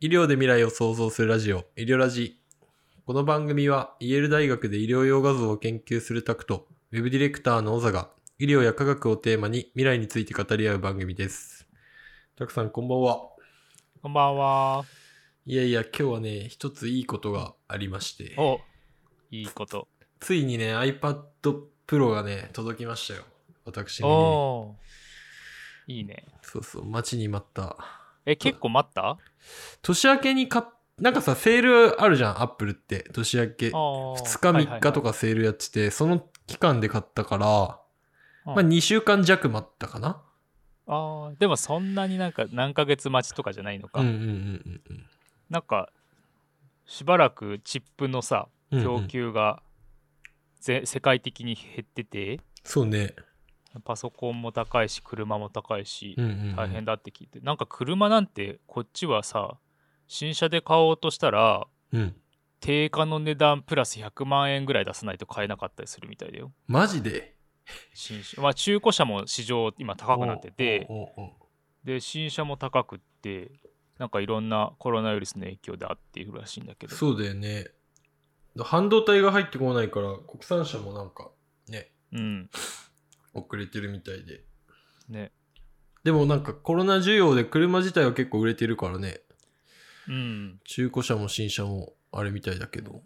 医療で未来を創造するラジオ、医療ラジ。この番組は、イェール大学で医療用画像を研究するタクト、ウェブディレクターの小座が、医療や科学をテーマに未来について語り合う番組です。タクさん、こんばんは。こんばんは。いやいや、今日はね、一ついいことがありまして、おいいこと。ついにね、iPad Pro がね、届きましたよ。私に、ね。おーいいね。そうそう、待ちに待った。え、結構待ったあ年明けに買っなんかさ、セールあるじゃん、アップルって。年明け。ー2日3日とか。かセールやってて、その期間で買ったから、うんまあ2週間弱待ったかな。あーでもそんなになんか何ヶ月待ちとかじゃないのか。うんうんうんうんなんか、しばらくチップのさ、うんうん。供給がぜ、世界的に減ってて、そうね。パソコンも高いし、車も高いしう、んうんうん、大変だって聞いて、なんか車なんてこっちはさ、新車で買おうとしたら、うん。定価の値段プラス100万円ぐらい出さないと買えなかったりするみたいだよ。マジで新車まあ、中古車も市場今高くなってておうおうおうで新車も高くってなんかいろんなコロナウイルスの影響であっているらしいんだけどう、そうだよね。半導体が入ってこないから、国産車もなんかね、ん遅れてるみたいで。ねでもなんかコロナ需要で車自体は結構売れてるからね、うん、中古車も新車もあれみたいだけど。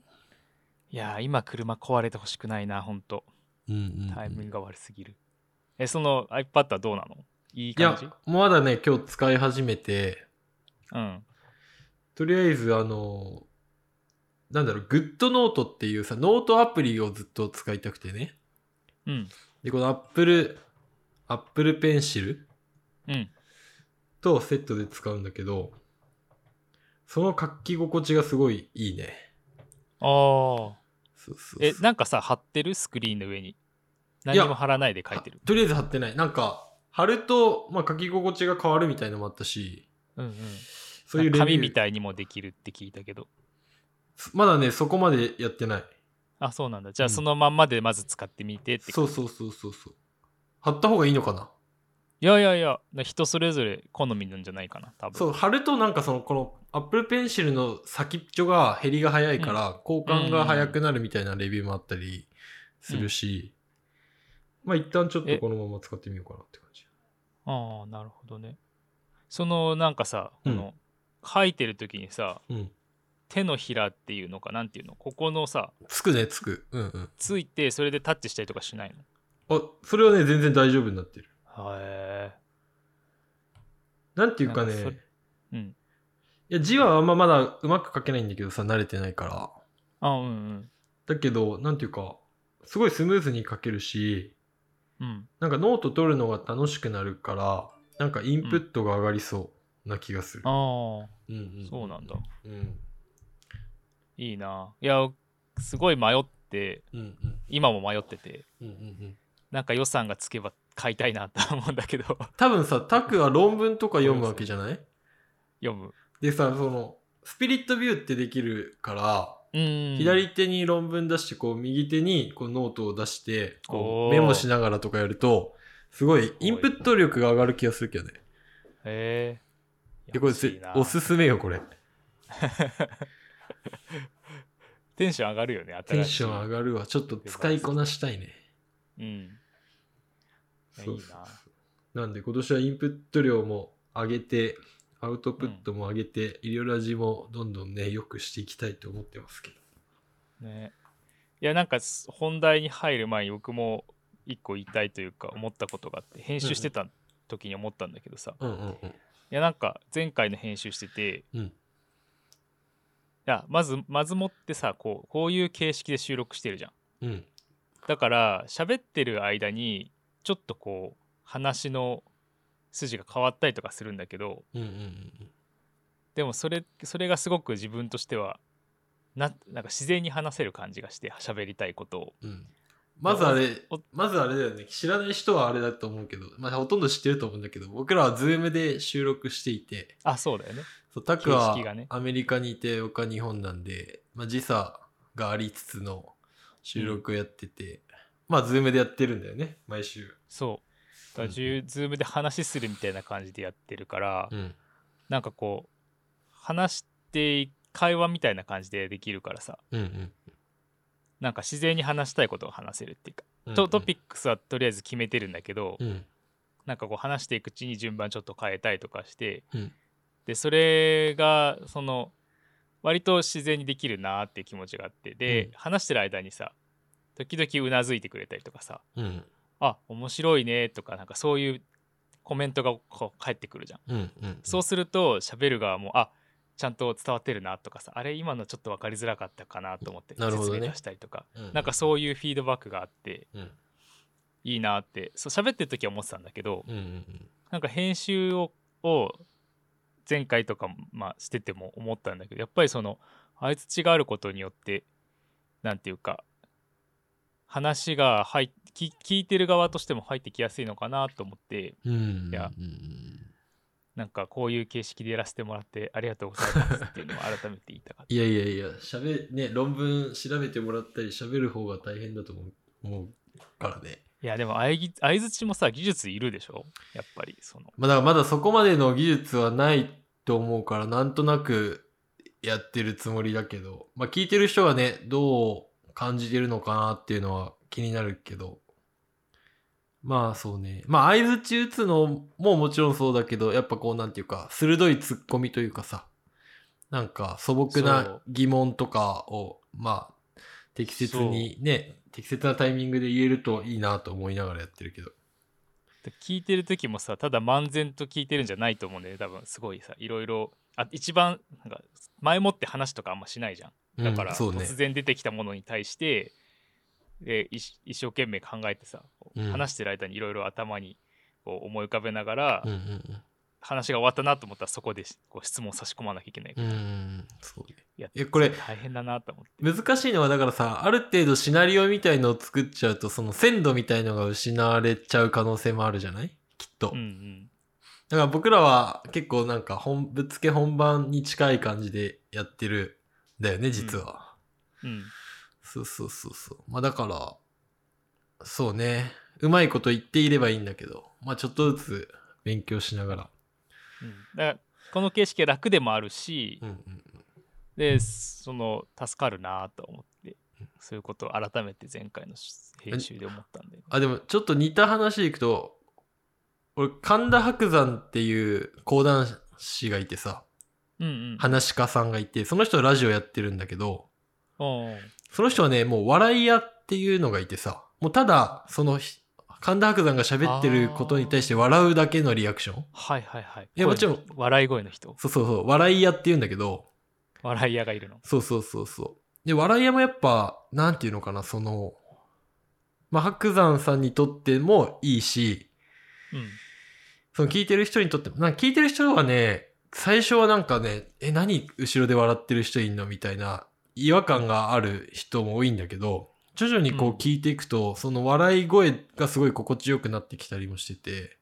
いやー今車壊れてほしくないなほんとうんうんうん、タイミングが悪すぎる、えその iPad はどうなのいいい感やじ、まだね、今日使い始めて、うんとりあえず、あの、なんだろう、グッドノートっていうさ、ノートアプリをずっと使いたくてね。うんで、この Apple、Apple Pencil うんとセットで使うんだけど、その書き心地がすごいいいね。あーそうそうそうえなんかさ貼ってるスクリーンの上に何も貼らないで書いてるとりあえず貼ってない。なんか、貼ると、まあ、書き心地が変わるみたいのもあったし、うんうんそういうレビュー紙みたいにもできるって聞いたけどまだね、そこまでやってない。あそうなんだじゃあうんそのまんまでまず使ってみてってそうそうそうそうそう。貼った方がいいのかないやいやいや、な人それぞれ好みなんじゃないかな、多分。そう、貼るとなんかその、この Apple Pencil の先っちょが減りが早いから、交換が早くなるみたいなレビューもあったりするし、まあ一旦ちょっとえこのまま使ってみようかなって感じ。ああ、なるほどね。その、なんかさ、この、書いてる時にさ、うん。手のひらっていうのか、なんていうの、ここのさ、つくね、つく。うんうん。ついて、それでタッチしたりとかしないのあ、それはね、全然大丈夫になってる。へなんていうかね、なんかそれえ。うん。いや字はあんままだうまく書けないんだけどさ、慣れてないから。あうんうん。だけど、なんていうか、すごいスムーズに書けるし、うん。なんかノート取るのが楽しくなるから、なんかインプットが上がりそうな気がする。ああ、うんうんうんそうなんだ。。うん。いいな。いや、すごい迷って、うんうん今も迷ってて、うんうんうんなんか予算がつけば買いたいなと思うんだけど、 多分さタクは論文とか読むわけじゃない読む。でさそのスピリットビューってできるから、うん。左手に論文出してこう右手にこうノートを出してこおうーメモしながらとかやるとすごいインプット力が上がる気がするけどねへえ。でこれ欲しいなおすすめよこれテンション上がるよね、テンション上る。がるわちょっと使いこなしたいねうん。いやいいそうそなうそうなんで今年はインプット量も上げてアウトプットも上げて、医療ラジもどんどんね良くしていきたいと思ってますけどね。いや、なんかす本題に入る前に僕も一個言いたいというか思ったことがあって、編集してた時に思ったんだけどさ、いうんうんうんや、なんか前回の編集してて、うんいや、まず、まずもってさ、こう、こういう形式で収録してるじゃん。うん。だから、喋ってる間に、ちょっとこう、話の筋が変わったりとかするんだけど、うんうんうんでもそれそれがすごく自分としてはななんか自然に話せる感じがして喋りたいことをうんうん。まずあれお、まずあれだよね。知らない人はあれだと思うけど、まあほとんど知ってると思うんだけど、僕らはズームで収録していて、あそうだよねそうタクは形式がねアメリカにいて、僕は日本なんで、まあ時差がありつつの収録をやってて、まあズームでやってるんだよね、毎週。そうだからじうんゅズームで話するみたいな感じでやってるから、うん。なんかこう話して会話みたいな感じでできるからさうんうんなんか自然に話したいことを話せるっていうか、うん。とトピックスはとりあえず決めてるんだけど、うんなんかこう話していくうちに順番ちょっと変えたりとかして、うんでそれがその割と自然にできるなーっていう気持ちがあってで、うん話してる間にさ時々うなずいてくれたりとかさうん「あ面白いね」とかなんかそういうコメントがこう返ってくるじゃん。うんうん。そうすると喋る側も「あちゃんと伝わってるな」とかさ「あれ今のちょっと分かりづらかったかな」と思ってなるほど説ね明出したりとか、うん。なんかそういうフィードバックがあってうん。いいなってそう喋ってる時は思ってたんだけど、うんうんなんか編集をを前回とかも、まあ、してても思ったんだけどやっぱりその相槌があることによってなんていうか話が入っ聞聞いてる側としても入ってきやすいのかなと思ってうん。うん。いやうんうんなんかこういう形式でやらせてもらってありがとうございますっていうのを改めて言いたかったいやいやいや、喋ね、論文調べてもらったり、喋る方が大変だと思う思うからね。いやでも相ぎ相槌もさ技術いるでしょやっぱりそのまあ、だからまだそこまでの技術はないと思うから、なんとなくやってるつもりだけど、まあ、聞いてる人がね、どう感じてるのかなっていうのは気になるけど、まあそうね。まあ、相づち打つのももちろんそうだけど、やっぱこう、なんていうか、鋭い突っ込みというかさ、なんか素朴そなう疑問とかを、まあ、適切にね、適切なタイミングで言えるといいなと思いながらやってるけど。で聞いてる時もさただ漫然と聞いてるんじゃないと思うんだよね多分すごいさいろいろあ一番なんか前もって話とかあんましないじゃんだから、うんそうね突。然出てきたものに対してで一一生懸命考えてさ、こううん話してる間にいろいろ頭にこう思い浮かべながら、うんうんうん。話が終わったなと思ったらそこでしこう質問差し込まなきゃいけないうから、ん、そうね。いやえこれ大変だなと思って難しいのはだからさある程度シナリオみたいのを作っちゃうとその鮮度みたいのが失われちゃう可能性もあるじゃないきっと、うんうだんから僕らは結構なんか本ぶっつけ本番に近い感じでやってるんだよね実は、うんそうそうそうそうまあだからそうねうまいこと言っていればいいんだけどまあちょっとずつ勉強しながらうんだからこの形式は楽でもあるし、うんうんでその助かるなと思ってそういうことを改めて前回の編集で思ったんで、あ、でもちょっと似た話でいくと、俺、神田伯山っていう講談師がいてさ、うんうん話し家さんがいて、その人ラジオやってるんだけど、おうその人はね、もう笑い屋っていうのがいてさ、もうただ、そのひ、神田伯山が喋ってることに対して笑うだけのリアクション。はいはいはいいやもちろん声の笑い声の人そうそうそう、笑い屋って言うんだけど、笑い屋がいるのそうそうそうそう。で、笑い屋もやっぱ、なんていうのかな、その、まあ、白山さんにとってもいいし、うんその聞いてる人にとっても、なんか聞いてる人はね、最初はなんかね、え、何後ろで笑ってる人いんのみたいな違和感がある人も多いんだけど、徐々にこううん聞いていくと、その笑い声がすごい心地よくなってきたりもしてて、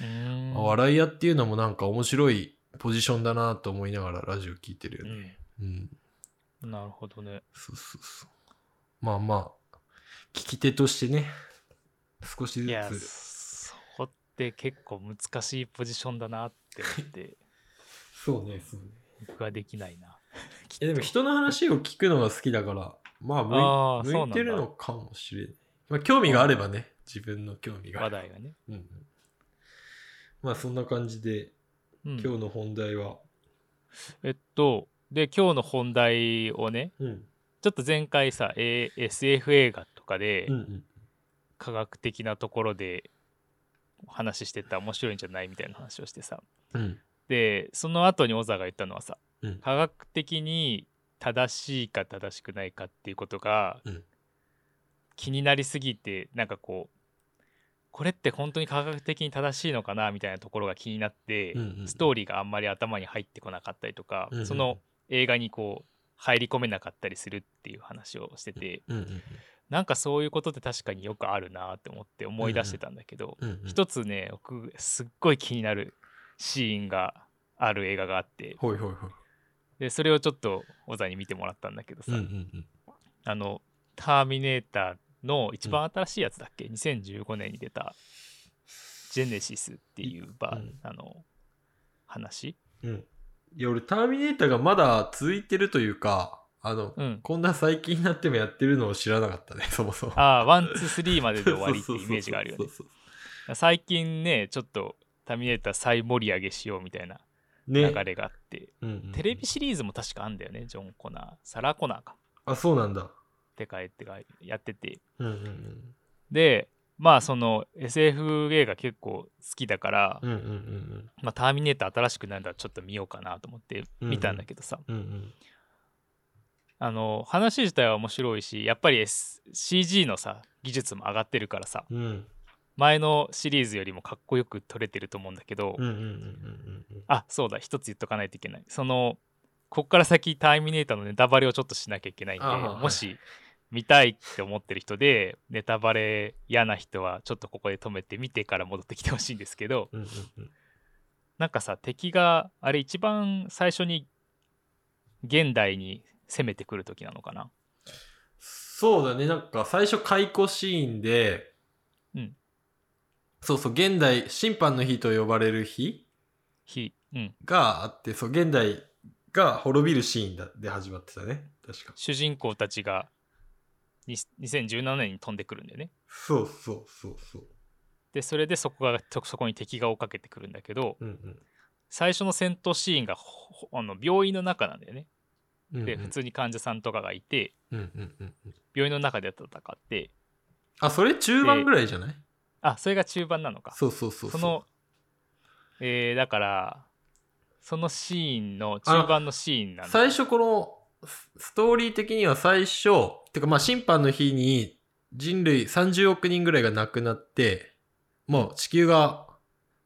うーんあ笑い屋っていうのもなんか面白いポジションだなと思いながらラジオ聞いてるよね。うん。うん、なるほどね。そうそうそう。まあまあ、聞き手としてね、少しずいや、つ。そこって結構難しいポジションだなって 思って、そうね、そうね。僕はできないな。きっいやでもと人の話を聞くのが好きだから、まあ向いあーそ向うないんだてるのかもしれない。まあ興味があればね、自分の興味があ話れば。題がね。うんうん、まあそんな感じで、うん今日の本題は。えっと、で、今日の本題をね、うん。ちょっと前回さ、A、SF 映画とかで、うんうん。科学的なところでお話ししてた面白いんじゃないみたいな話をしてさ。うん。で、その後に小沢が言ったのはさ、うん科学的に正しいか正しくないかっていうことがうん気になりすぎて、なんかこう、これって本当に科学的に正しいのかなみたいなところが気になって、うんうんストーリーがあんまり頭に入ってこなかったりとか、うんうんその映画にこう入り込めなかったりするっていう話をしてて、うんうんなんかそういうことって確かによくあるなって思って思い出してたんだけど、うんうん。一つね僕すっごい気になるシーンがある映画があってほいほいほい。でそれをちょっと小沢に見てもらったんだけどさ、うんうんあの「ターミネーター」の一番新しいやつだっけ、2015年に出た「ジェネシス」っていうば、うんあの話うん。うん。いや、俺、ターミネーターがまだ続いてるというか、あの、うん。こんな最近になってもやってるのを知らなかったね、 そもそも。ああ、ワン、ツー、スリーまでで終わりっていうイメージがあるよそねう。そうそう最近ね、ちょっと、ターミネーター再盛り上げしようみたいなそ流う。ね。れがあって、うんうんうんテレビシリーズも確かあんだよね、ジョン・コナー、サラ・コナーか、あ、そうなんだ。ってかってかやってて。うんうんで、まあその SF 映画結構好きだから、うん。うんうんうんまあ、ターミネーター新しくなるのはちょっと見ようかなと思って見たんだけどさ、うん。うんあの話自体は面白いしやっぱり、S、CG のさ技術も上がってるからさうん。うん。前のシリーズよりもかっこよく撮れてると思うんだけど、うんうんうんうんうん。あそうだ一つ言っとかないといけないそのこっから先ターミネーターのネタバレをちょっとしなきゃいけないんであはいもし見たいって思ってる人でネタバレ嫌な人はちょっとここで止めて見てから戻ってきてほしいんですけどうんうんうん。なんかさ敵があれ一番最初に現代に攻めてくる時なのかなそうだね、なんか最初解雇シーンで、うん。そうそう、現代、審判の日と呼ばれる日ひうん、があって、そう、現代が滅びるシーンだで始まってたね。確か。主人公たちがに2017年に飛んでくるんだよねそうそうそうそう。でそれでそこがとそこに敵が追っかけてくるんだけどうんうん最初の戦闘シーンがほほあの病院の中なんだよねうんうん。で普通に患者さんとかがいてうんうんうんうん。病院の中で戦ってあ、それ中盤ぐらいじゃないあそれが中盤なのかそうそうそう。そうのえーだからそのシーンの中盤のシーンなんだ最初このスストーリー的には最初てかまあ審判の日に人類30億人ぐらいが亡くなってもう地球が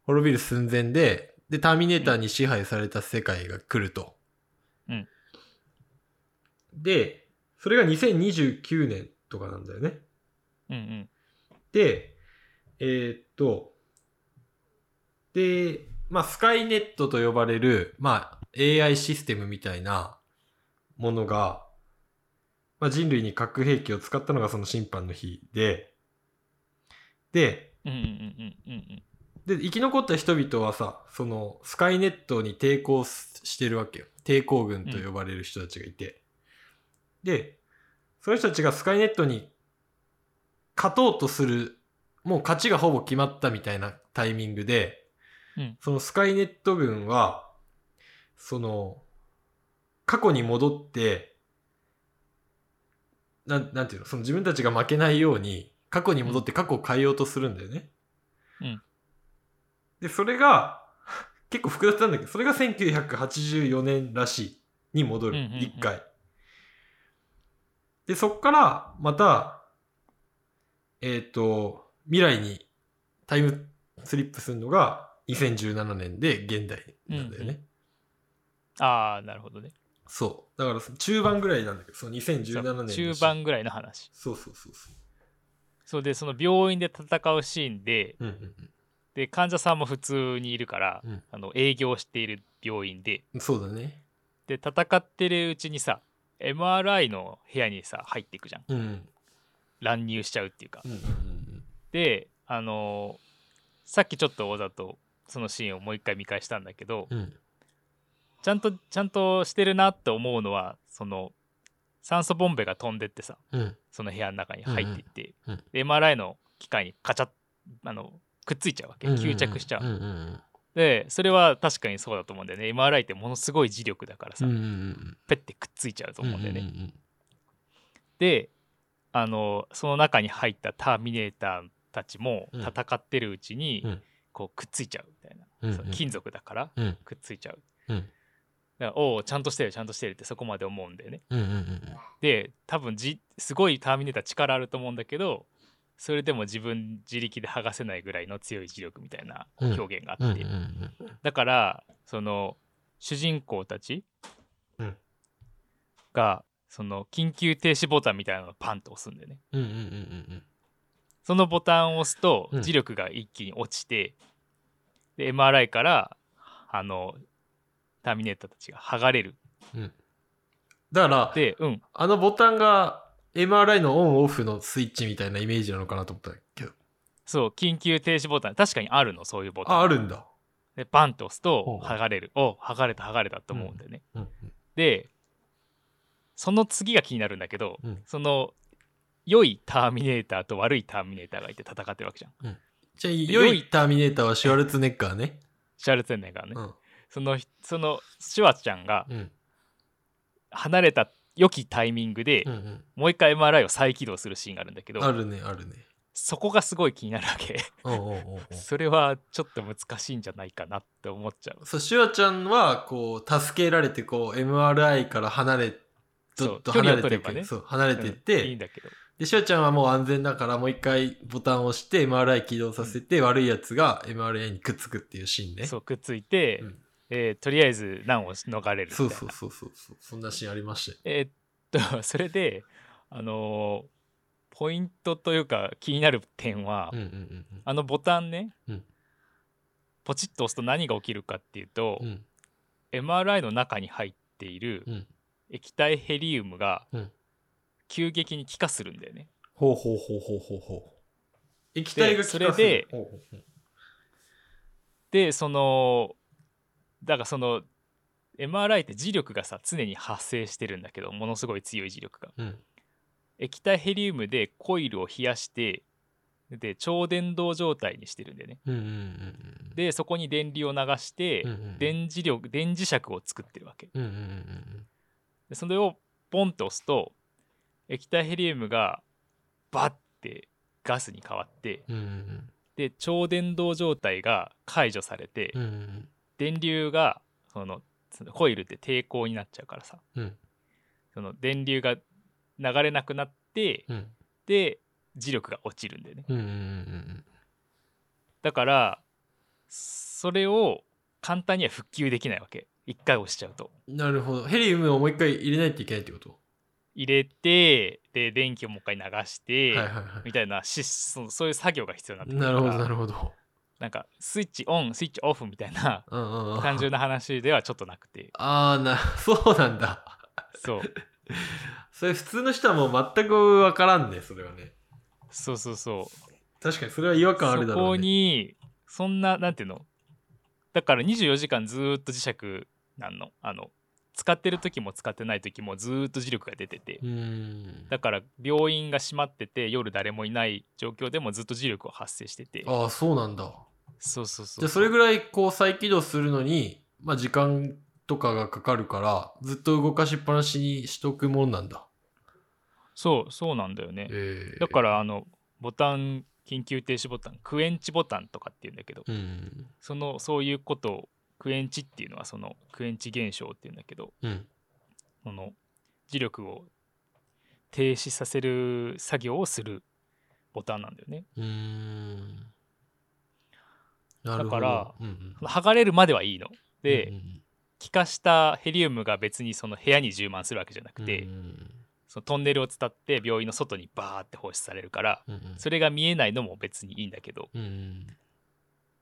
滅びる寸前ででターミネーターに支配された世界が来ると、うんでそれが2029年とかなんだよねうんうんで、えーっと、で、まあ、スカイネットと呼ばれる、まあ、AI システムみたいなものが、まあ、人類に核兵器を使ったのがその審判の日で、で、うんうんうんうんうんで、生き残った人々はさ、その、スカイネットに抵抗すしてるわけよ。抵抗軍と呼ばれる人たちがいて。で、その人たちがスカイネットに勝とうとする、もう勝ちがほぼ決まったみたいなタイミングで、うんそのスカイネット軍は、その、過去に戻って、なん、なんていうの、その自分たちが負けないように、過去に戻って過去を変えようとするんだよね。うんで、それが、 結構複雑なんだけど、それが1984年らしい。に戻るうんうんうん。一、回。で、そっから、また、えっ、と、未来にタイムスリップするのが2017年で現代なんだよね。うんうんああなるほどねそう。だからその中盤ぐらいなんだけど、その2017年の中。盤ぐらいの話そうそうそうそう。そうでその病院で戦うシーンでうんうんで患者さんも普通にいるから、うんあの営業している病院でうん。そうだね。で戦ってるうちにさ MRI の部屋にさ入っていくじゃんうん。うん乱入しちゃうっていうかうんうんであのーさっきちょっとわざとそのシーンをもう一回見返したんだけどうん。うん。ちゃんとちゃんとしてるなって思うのはその酸素ボンベが飛んでってさうん。その部屋の中に入っていって、うんうんで MRI の機械にカチャッあのくっついちゃうわけ吸着しちゃう,、うんうんでそれは確かにそうだと思うんだよね MRI ってものすごい磁力だからうさ、ん。うんうんうん。ペッてくっついちゃうと思うんだよね、うんうんであのその中に入ったターミネーターたちもうん戦ってるうちに、うんこうくっついちゃうみたいな、うんうんその金属だからうん。うんくっついちゃう、うんだからおおちゃんとしてるちゃんとしてるってそこまで思うんだよねうんうんうん。で多分じすごいターミネーター力あると思うんだけどそれでも自分自力で剥がせないぐらいの強い磁力みたいなうん表現があって、うんうんうんだからその主人公たちうんが、その緊急停止ボタンみたいなのをパンと押すんだよねうんうんうんそのボタンを押すとうん磁力が一気に落ちて、で MRI からあのターミネーターたちが剥がれるうんうん。だから、でうんあのボタンが MRI のオンオフのスイッチみたいなイメージなのかなと思ったけど。そう緊急停止ボタン確かにあるのそういうボタンあ、あるんだ。でバンと押すほうとほう剥がれるお剥がれた剥がれたと思うんだよね、うんでその次が気になるんだけど、うんその良いターミネーターと悪いターミネーターがいて戦ってるわけじゃんじゃあ、良いターミネーターはシュワルツェネッカーね。シュワルツェンネッガーね、うん。そのそのシュワちゃんがうん。離れた良きタイミングで、うんもう一回 MRI を再起動するシーンがあるんだけうどん。あるね、あるね。そこがすごい気になるわけうんうんうんうん。それはちょっと難しいんじゃないかなって思っちゃうそう、シュワちゃんは、こう、助けられて、こう、MRI から離れ、ちょっとそう距離離れてを取いればく。ねそう、離れていっうんいいてん、だけどで、シュワちゃんはもう安全だから、もう一回ボタンを押して、MRI 起動させて、悪いやつが MRI にくっつくっていうシーンね。そうくっついて、うんえーとりあえず難を逃れるみたそいうなそうそうそうそう。そんなシーンありましたよ。えーっと それであのーポイントというか気になる点は、うんうんうんあのボタンね、うんポチッと押すと何が起きるかっていうとう、ん。 MRI の中に入っているうん。うん。液体ヘリウムがうん急激に気化するんだよね。ほうほうほうほうほうほう。液体が気化するそれでほうほうほうでそのだからその MRI って磁力がさ常に発生してるんだけどものすごい強い磁力が。うん。液体ヘリウムでコイルを冷やしてで超電導状態にしてるんだよね。うんうんうんうん。でそこに電流を流して、うんうんうん、電磁力電磁石を作ってるわけうんうんうんうんでそれをポンと押すと液体ヘリウムがバッてガスに変わってうんうんで超電導状態が解除されて、うんうん電流がそのそのコイルって抵抗になっちゃうからさうんその電流が流れなくなってうんで磁力が落ちるんだよねうんうんうんうんだからそれを簡単には復旧できないわけ一回押しちゃうとうんなるほどヘリウムをもう一回入れないといけないってこと、入れてで電気をもう一回流して、はいはいはみたいなしそのそういう作業が必要にいななってるほどくるからなるほどなんかスイッチオンスイッチオフみたいなうんうんうん単純な話ではちょっとなくてああな そうなんだそうそれ普通の人はもう全く分からんねそれはねそうそうそう確かにそれは違和感あるだそろうこねにそんななんていうのだから24時間ずーっと磁石なんのあの使ってる時も使ってない時もずーっと磁力が出ててうーんだから病院が閉まってて夜誰もいない状況でもずっと磁力を発生しててああそうなんだそうそうそうじゃあそれぐらいこう再起動するのにまあ時間とかがかかるからずっと動かしっぱなしにしとくもんなんだそうそうなんだよねええだかららあのボタン緊急停止ボタンクエンチボタンとかっていうんだけどうんそのそういうことをクエンチっていうのはそのクエンチ現象っていうんだけどうんその磁力を停止させる作業をするボタンなんだよねうーんなるほどだからうんうん剥がれるまではいいので、うんうん気化したヘリウムが別にその部屋に充満するわけじゃなくて、うんそのトンネルを伝って病院の外にバーって放出されるからうんうんそれが見えないのも別にいいんだけどうん うん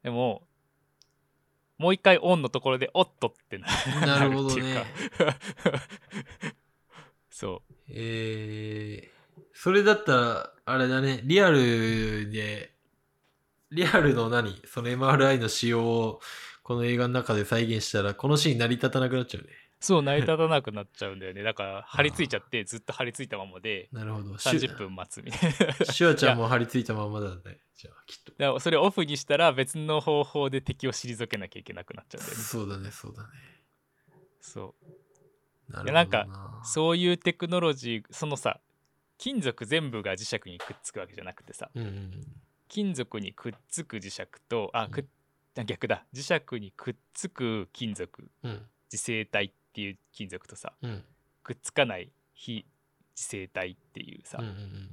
でももう一回オンのところでおっとってななるほどなねるっていうか そうえー、それだったらあれだねリアルでリアルの何その MRI の使用をこの映画の中で再現したらこのシーン成り立たなくなっちゃうねそう成り立たなくなっちゃうんだよねだから張り付いちゃってずっと張り付いたままでなるほどシ30ュ分待つみたいな シュワちゃんも張り付いたままだねじゃあきっとだからそれをオフにしたら別の方法で敵を退けなきゃいけなくなっちゃうんだよねそうだねそうだねそうなるほどいやなんかそういうテクノロジーそのさ金属全部が磁石にくっつくわけじゃなくてさうんうん金属にくっつく磁石とあくっうあ逆だ磁石にくっつく金属うん磁性体っていう金属とさうんくっつかない非磁性体っていうさ、うんうん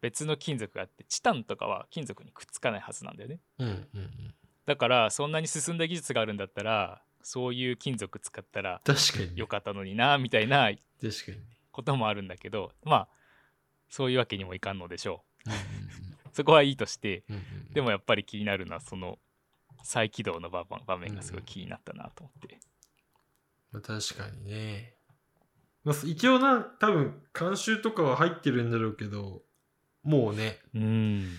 別の金属があってチタンとかは金属にくっつかないはずなんだよねうんうんうんうんだからそんなに進んだ技術があるんだったらそういう金属使ったら確かにねよかったのになみたいな確かにねこともあるんだけどまあそういうわけにもいかんのでしょうんうそこはいいとしてうんうんでもやっぱり気になるのはその再起動の場場面がすごい気になったなと思って、まあ、確かにね。まあ、一応な、多分、監修とかは入ってるんだろうけど、もうね、うん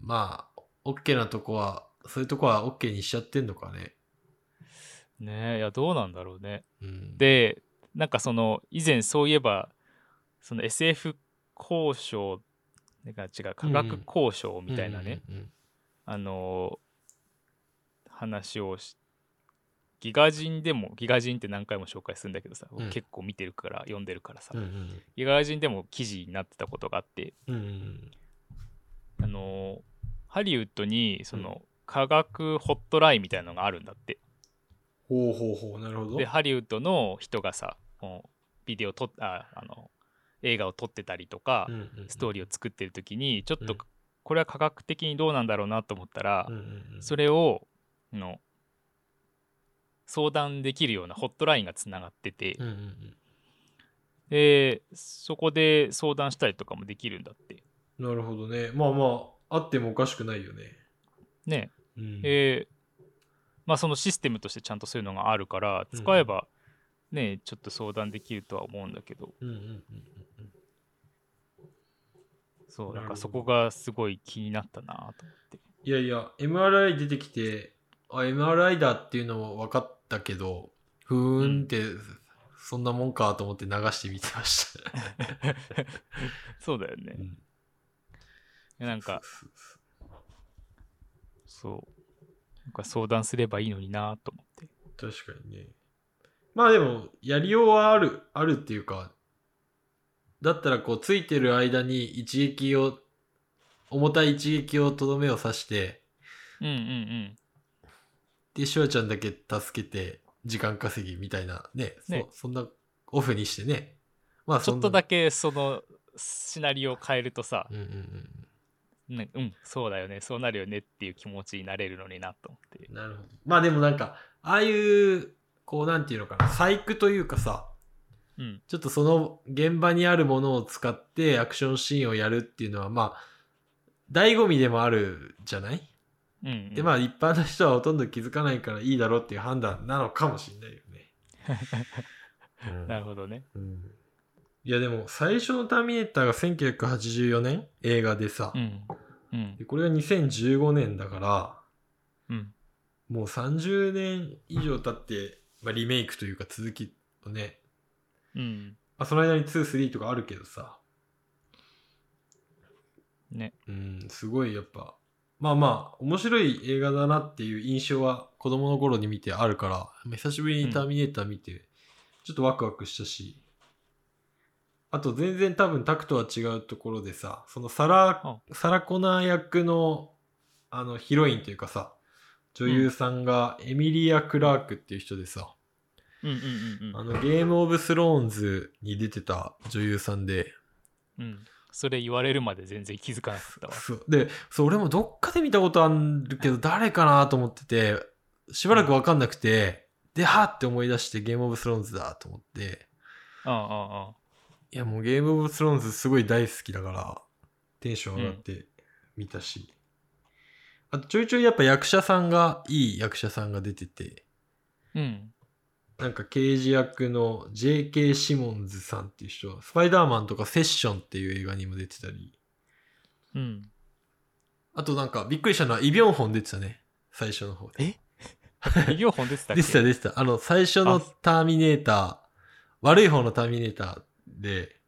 まあ、OK なとこはそういうとこは OK にしちゃってんのかね。ねえいやどうなんだろうねうん、、でなんかその以前そういえばその SF 交渉なんか違う科学交渉みたいなね、。うんあのー話をしギガ人でもギガ人って何回も紹介するんだけどさ、うん結構見てるから読んでるからさ、うんうん。ギガ人でも記事になってたことがあってうんうんあのーハリウッドにその、科学ホットラインみたいなのがあるんだってほうほうほう、なるほど。でハリウッドの人がさこうビデオ撮っああの映画を撮ってたりとか、うんうんうん、ストーリーを作ってる時にちょっと、うんこれは科学的にどうなんだろうなと思ったら、うんうんうんそれをあの相談できるようなホットラインがつながってて、うんうんうんでそこで相談したりとかもできるんだってなるほどね。まあまあ、あってもおかしくないよね。ねうんえーまあそのシステムとしてちゃんとそういうのがあるからうん使えばねちょっと相談できるとは思うんだけどうんうんうんうんうんそうななるほんどかそこがすごい気になったなと思っていやいや、MRI 出てきて、あ、MRI だっていうのも分かったけど、ふーんって、そんなもんかと思って流してみてました。そうだよねうんなんかそうなんか相談すればいいのになと思って確かにね。まあでも、やりようはある、あるっていうか、だったらこう、ついてる間に一撃を、重たい一撃をとどめを刺して、うんうんうんで、シュワちゃんだけ助けて、時間稼ぎみたいな、ね、ねそそんな、オフにしてね。まあ、ちょっとだけ。けそのシナリオを変えるとさうんうんうん。ねうんそうだよねそうなるよねっていう気持ちになれるのになと思ってなるほど。まあでもなんか、ああいう、こうなんていうのかな、細工というかさ、うんちょっとその現場にあるものを使ってアクションシーンをやるっていうのは、まあ、醍醐味でもあるじゃないうんうんで、まあ一般の人はほとんど気づかないからいいだろうっていう判断なのかもしれないよね。うん なるほどねうんいやでも最初の「ターミネーター」が1984年映画でさ、うんうんでこれが2015年だから、うんもう30年以上経って、まあ、リメイクというか続きをね、うんまあ、その間に2、3とかあるけどさ、ねうん、すごいやっぱ、まあまあ、面白い映画だなっていう印象は子供の頃に見てあるから、まあ久しぶりにターミネーター見て、ちょっとワクワクしたし、あと全然多分タクとは違うところでさ、そのサラ、サラコナー役の、あの、ヒロインというかさ、女優さんがエミリア・クラークっていう人でさ、うんうんうんうあんの、ゲームオブスローンズに出てた女優さんで、うんそれ言われるまで全然気づかなかった わそうで、そう、俺もどっかで見たことあるけど、誰かなと思ってて、しばらくわかんなくて、で、はって思い出してゲームオブスローンズだと思って、あああいや、もうゲームオブスローンズすごい大好きだから、テンション上がって見たし、あとちょいちょいやっぱ役者さんが、いい役者さんが出てて、うんなんか刑事役の J.K. シモンズさんっていう人、スパイダーマンとかセッションっていう映画にも出てたり、 うんあとなんかびっくりしたのはイ・ビョンホン出てたね、最初の方で。医療本出てたっけでしたでした。あの、最初のあターミネーター、悪い方のターミネーターで、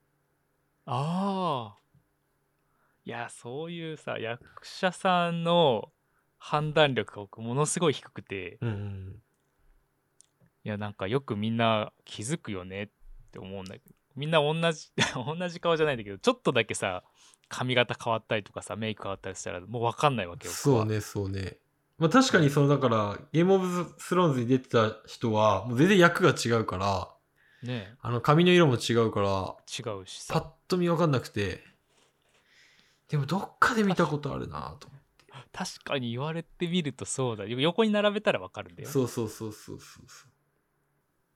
ああいやそういうさ役者さんの判断力が僕ものすごい低くてうんうん、いやなんかよくみんな気づくよねって思うんだけどみんな同じ 同じ顔じゃないんだけどちょっとだけさ髪型変わったりとかさメイク変わったりしたらもう分かんないわけよそうね、そうね。まあ確かにその、だから、ゲームオブスローンズに出てた人は、もう全然役が違うから、ねあの、髪の色も違うから、違うしパさッと見わかんなくて、でもどっかで見たことあるなと。確かに言われてみるとそうだよ横に並べたら分かるんだよそうそうそうそうそうそう。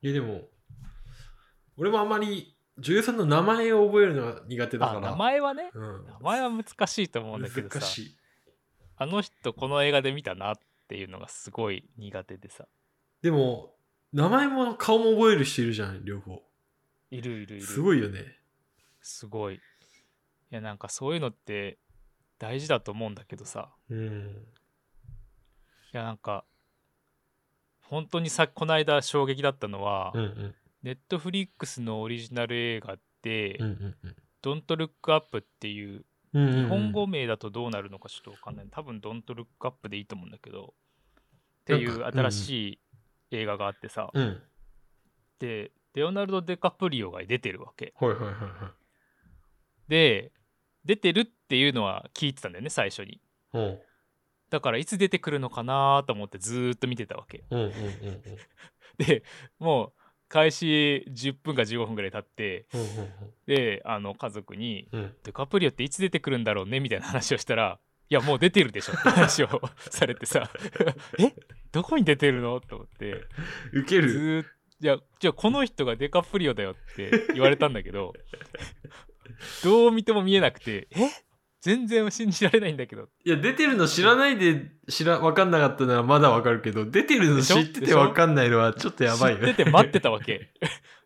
いやでも、俺もあんまり女優さんの名前を覚えるのが苦手だから。あ名前はねうん。名前は難しいと思うんだけどさ難しい。あの人この映画で見たなっていうのがすごい苦手でさでも、名前も顔も覚える人いるじゃん、両方。いるいるいるすごいよね。すごいいやなんかそういうのって大事だと思うんだけどさうん。やなんか本当にさこの間衝撃だったのはうんうんネットフリックスのオリジナル映画ってうんうんうん「ドントルックアップっていううんうんう日ん本語名だとどうなるのかちょっとわかんない多分「ドントルックアップでいいと思うんだけどっていなんうか新しい映画があってさうんでレオナルド・デカプリオが出てるわけはいはいはいはいで出てるっていうのは聞いてたんだよね最初にうんだからいつ出てくるのかなと思ってずーっと見てたわけうんうんうんでもう開始10分か15分ぐらい経ってうんであの家族にうんうん「デカプリオっていつ出てくるんだろうね」みたいな話をしたら「いやもう出てるでしょ」って話をされてさ「え どこに出てるの?」と思ってうんウケずるーっと。いやじゃあこの人がデカプリオだよって言われたんだけど どう見ても見えなくてえ全然信じられないんだけどいや出てるの知らないで知ら分かんなかったならまだ分かるけど出てるの知ってでてしょ分かんないのはちょっとやばいよ知ってて待ってたわけ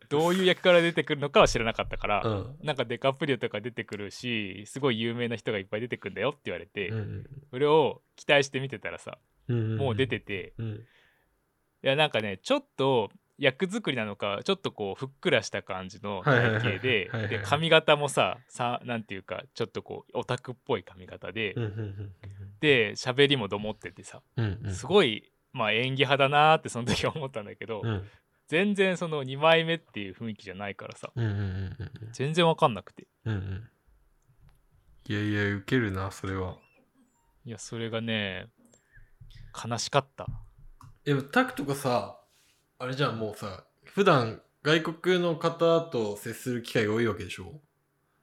どういう役から出てくるのかは知らなかっ たから、うんなんかデカプリオとか出てくるしすごい有名な人がいっぱい出てくるんだよって言われて、うんそれを期待して見てたらさうんもう出てて、うんいやなんかねちょっと役作りなのかちょっとこうふっくらした感じのはいはいはい体型ではいはいはいで髪型もささなんていうかちょっとこうオタクっぽい髪型で、うんうんで喋りもどもっててさうんうんすごい、まあ、演技派だなーってその時は思ったんだけど、うんうん全然その2枚目っていう雰囲気じゃないからさうんうんうん全然わかんなくてうんうんうんいやいやウケるなそれはいやそれがね悲しかったでもタクとかさあれじゃんもうさ普段外国の方と接する機会が多いわけでしょ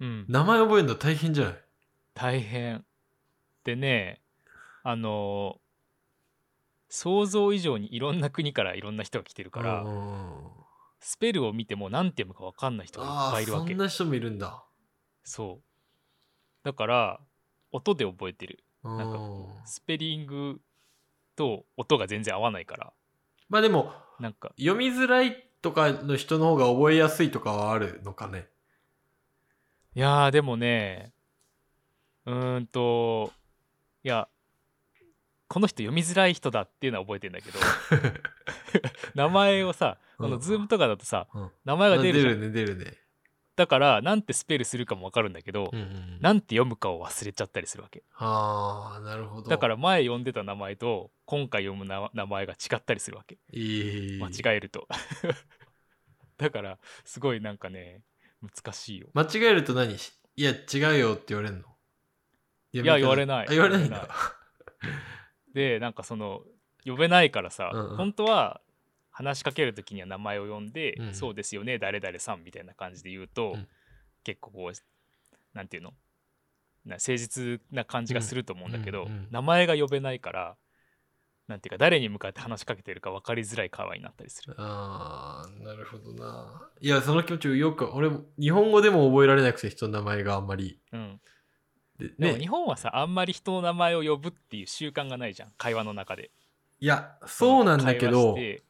うん名前覚えるの大変じゃない大変でねあの想像以上にいろんな国からいろんな人が来てるかうらんスペルを見ても何て読むかわかんない人がいっあぱあいいるわそけんな人もいるんだそうだから音で覚えてるうんなんかスペリングと音が全然合わないからまあでもなんか読みづらいとかの人の方が覚えやすいとかはあるのかねいやーでもねうーんといやこの人読みづらい人だっていうのは覚えてんだ けど名前をさこうのんズームとかだとさ、うん名前が出るじゃんね出るねだからなんてスペルするかもわかるんだけど、うんうんなんて読むかを忘れちゃったりするわけああなるほどだから前読んでた名前と今回読むな名前が違ったりするわけいい間間違違えると だからすごいなんかね難しいよえると何いや違うよって言われるのいいや言われないあ言われないんだ言わでなんかその呼べないからさ、うんうん本当は話しかける時には名前を呼んで「うんそうですよね誰々さん」みたいな感じで言うと、うん結構こうなんていうのな誠実な感じがすると思うんだけど、うんうんうん名前が呼べないからなんていうか誰に向かって話しかけてるか分かりづらい会話になったりす る。あーなるほどないやその気持ちよく俺も日本語でも覚えられなくて人の名前があんまりうん、ででも日ね本はさ、あんまり人の名前を呼ぶっていう習慣がないじゃん会話の中で。いやそうなんだけど会話してう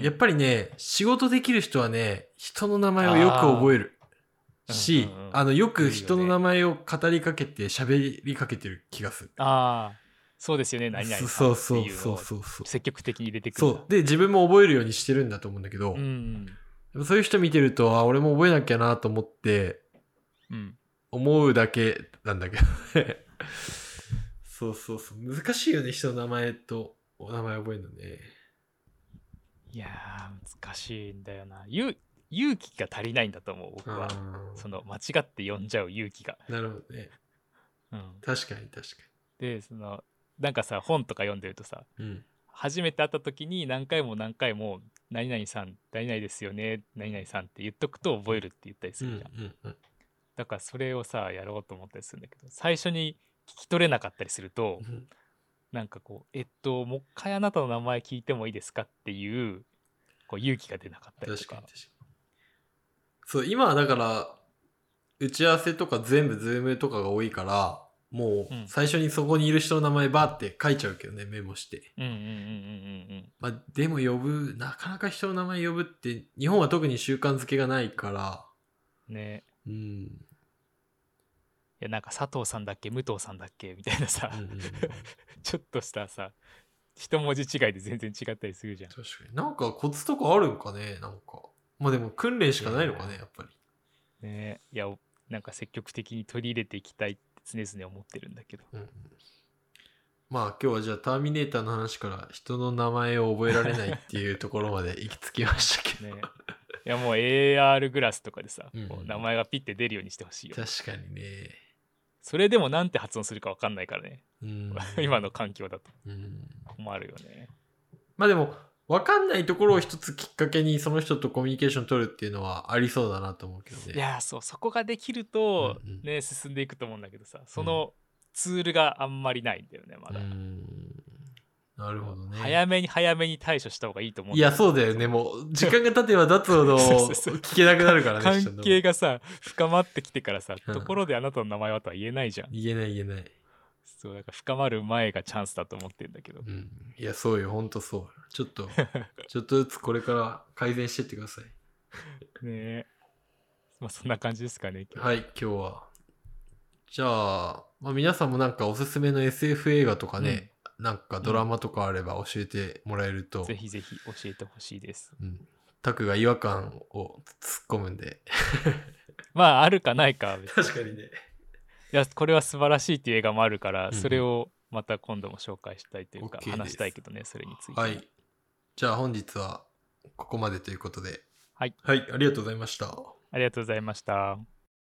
んやっぱりね仕事できる人はね人の名前をよく覚えるあーし、うんうんうんあのよいいくよね人の名前を語りかけて喋りかけてる気がする。ああそうですよね何々さんっていうそのうそをうそうそうそう。積極的に入れてくるそんだうで自分も覚えるようにしてるんだと思うんだけどう、んそういう人見てるとあ俺も覚えなきゃなと思ってうん思うだけなんだけどね そうそうそう難しいよね人の名前とお名前覚えるのねいやー難しいんだよな勇勇気が足りないんだと思う僕はあその間違って呼んじゃう勇気が、ーなるほどねうん、確かに確かでそのなんかさ本とか読んでるとさにうん初めて会った時に何回も何回も「何々さん何々ですよね何々さん」って言っとくと覚えるって言ったりすうんうるじゃん、んうんだからそれをさやろうと思ったりするんだけど最初に聞き取れなかったりするとうんなんかこう「えっともう一回あなたの名前聞いてもいいですか?」っていうこう勇気が出なかったりと確かに確かかにそう今はだから打ち合わせとか全部ズームとかが多いからもううん最初にそこにいる人の名前バーって書いちゃうけどねメモして、うんうんうんうんうんうんまあ、でも呼ぶなかなか人の名前呼ぶって日本は特に習慣づけがないからねうんいやなんか佐藤さんだっけ武藤さんだっけみたいなさ、うんうんちょっとしたさ一文字違いで全然違ったりするじゃん。確かに。なんかコツとかあるんかねなんか。まあでも訓練しかないのかね、やっぱり。ねえいやおなんか積極的に取り入れていきたいって常々思ってるんだけどうんうん。まあ今日はじゃあターミネーターの話から人の名前を覚えられないっていうところまで行き着きましたけねど。えいやもう AR グラスとかでさ、うんこう名前がピッて出るようにしてほしいよ確かにね。それでもなんて発音するかわかんないからね、うん今の環境だとうん困るよねまあでも、わかんないところを一つきっかけにその人とコミュニケーション取るっていうのはありそうだなと思うけどね。いやーそうそこができると、うんうんね進んでいくと思うんだけどさそのツールがあんまりないんだよねまだ、うん。なるほどね。早めに早めに対処した方がいいと思うんいだや、けどそうだよね。もう、時間が経てば経つほど そうそうそう聞けなくなるからね。人関の係がさ深まってきてからさ、うんところであなたの名前はとは言えない じゃん言えない言えない。そうだから深まる前がチャンスだと思ってんだけど、うん。いや、そうよ。ほんとそう。ちょっ と、ちょっとずつこれから改善してってください。ねえ。まあそんな感じですかね。今日はい、今日は。じゃあ、まあ、皆さんもなんかおすすめの SF 映画とかね、なんかドラマとかあれば教えてもらえるとぜ、ひぜひ教えてほしいです。うん、タクが違和感を突っ込むんで。まああるかないかは別に確かにね。いやこれは素晴らしいっていう映画もあるから、うんそれをまた今度も紹介したいというか OK です話したいけどねそれについて。はい。じゃあ本日はここまでということで。はい。はい、ありがとうございました。ありがとうございました。